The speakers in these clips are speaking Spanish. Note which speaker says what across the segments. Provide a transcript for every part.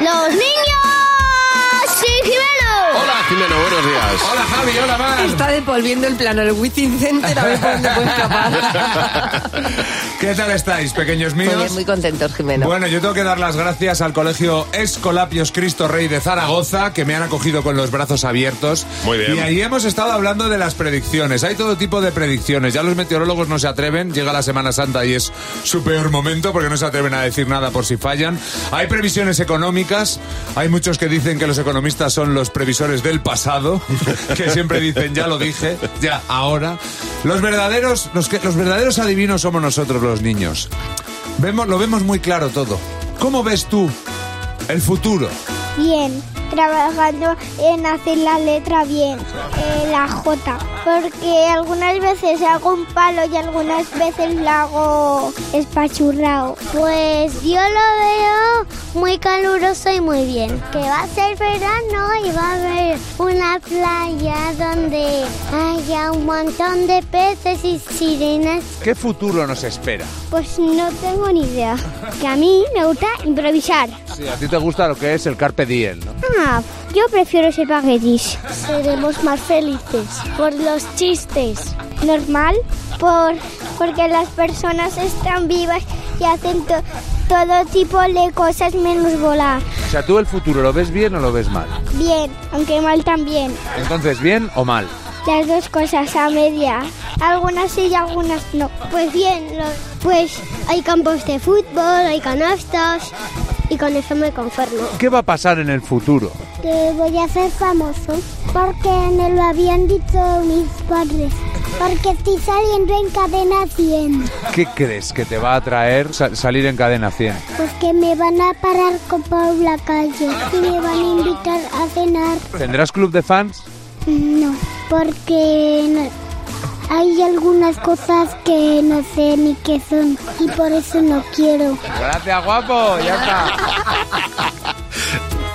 Speaker 1: los niños. Sí, Jimeno.
Speaker 2: Hola, Jimeno, buenos días.
Speaker 3: Hola, Javi, hola, Mar.
Speaker 4: Está devolviendo el plano el Within Center a ver por dónde puede escapar.
Speaker 3: ¿Qué tal estáis, pequeños
Speaker 4: Muy bien,
Speaker 3: míos?
Speaker 4: muy contentos, Jimeno.
Speaker 3: Bueno, yo tengo que dar las gracias al colegio Escolapios Cristo Rey de Zaragoza, que me han acogido con los brazos abiertos.
Speaker 2: Muy bien.
Speaker 3: Y ahí hemos estado hablando de las predicciones. Hay todo tipo de predicciones. Ya los meteorólogos no se atreven. Llega la Semana Santa y es su peor momento porque no se atreven a decir nada por si fallan. Hay previsiones económicas. Hay muchos que dicen que los economistas son los previsores del pasado, que siempre dicen, ya lo dije, ya, ahora. Los verdaderos, los, que, los verdaderos adivinos somos nosotros los niños. Vemos, lo vemos muy claro todo. ¿Cómo ves tú el futuro?
Speaker 1: Bien, trabajando en hacer la letra bien, eh, la J. Porque algunas veces hago un palo y algunas veces la hago espachurrao. Pues yo lo veo muy caluroso y muy bien. Que va a ser verano y va a haber una playa donde haya un montón de peces y sirenas.
Speaker 3: ¿Qué futuro nos espera?
Speaker 1: Pues no tengo ni idea. Que a mí me gusta improvisar.
Speaker 3: Sí, a ti te gusta lo que es el carpe diem, ¿no?
Speaker 1: Ah, yo prefiero ser paguetis. Seremos más felices por los chistes. Normal, por porque las personas están vivas y hacen to- todo tipo de cosas menos volar.
Speaker 3: O sea, ¿tú el futuro lo ves bien o lo ves mal?
Speaker 1: Bien, aunque mal también.
Speaker 3: Entonces, ¿bien o mal?
Speaker 1: Las dos cosas a media. Algunas sí y algunas no. Pues bien, lo- pues hay campos de fútbol, hay canastas y con eso me conformo.
Speaker 3: ¿Qué va a pasar en el futuro?
Speaker 1: que voy a ser famoso porque me lo habían dicho mis padres. Porque estoy saliendo en cadena 100.
Speaker 3: ¿Qué crees que te va a traer sa- salir en cadena 100?
Speaker 1: Porque Pues me van a parar con Paula Calle y me van a invitar a cenar.
Speaker 3: ¿Tendrás club de fans?
Speaker 1: No, porque no- hay algunas cosas que no sé ni qué son y por eso no quiero.
Speaker 3: Gracias, guapo, ya está.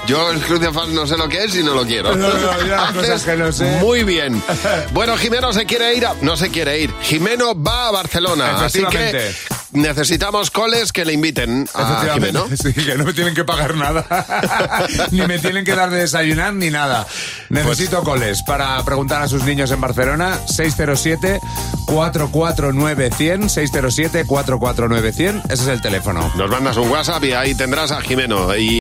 Speaker 2: Yo el club de fans no sé lo que es y no lo quiero.
Speaker 3: No, no, ya, cosas
Speaker 2: Haces
Speaker 3: que no sé.
Speaker 2: Muy bien. Bueno, Jimeno se quiere ir a... No se quiere ir. Jimeno va a Barcelona. Así que
Speaker 3: Efectivamente.
Speaker 2: necesitamos coles que le inviten a Jimeno.
Speaker 3: Efectivamente, sí, que no me tienen que pagar nada. ni me tienen que dar de desayunar ni nada. Necesito coles para preguntar a sus niños en Barcelona. 607 449 100 607 449 100 Ese es el teléfono.
Speaker 2: Nos mandas un WhatsApp y ahí tendrás a Jimeno. Y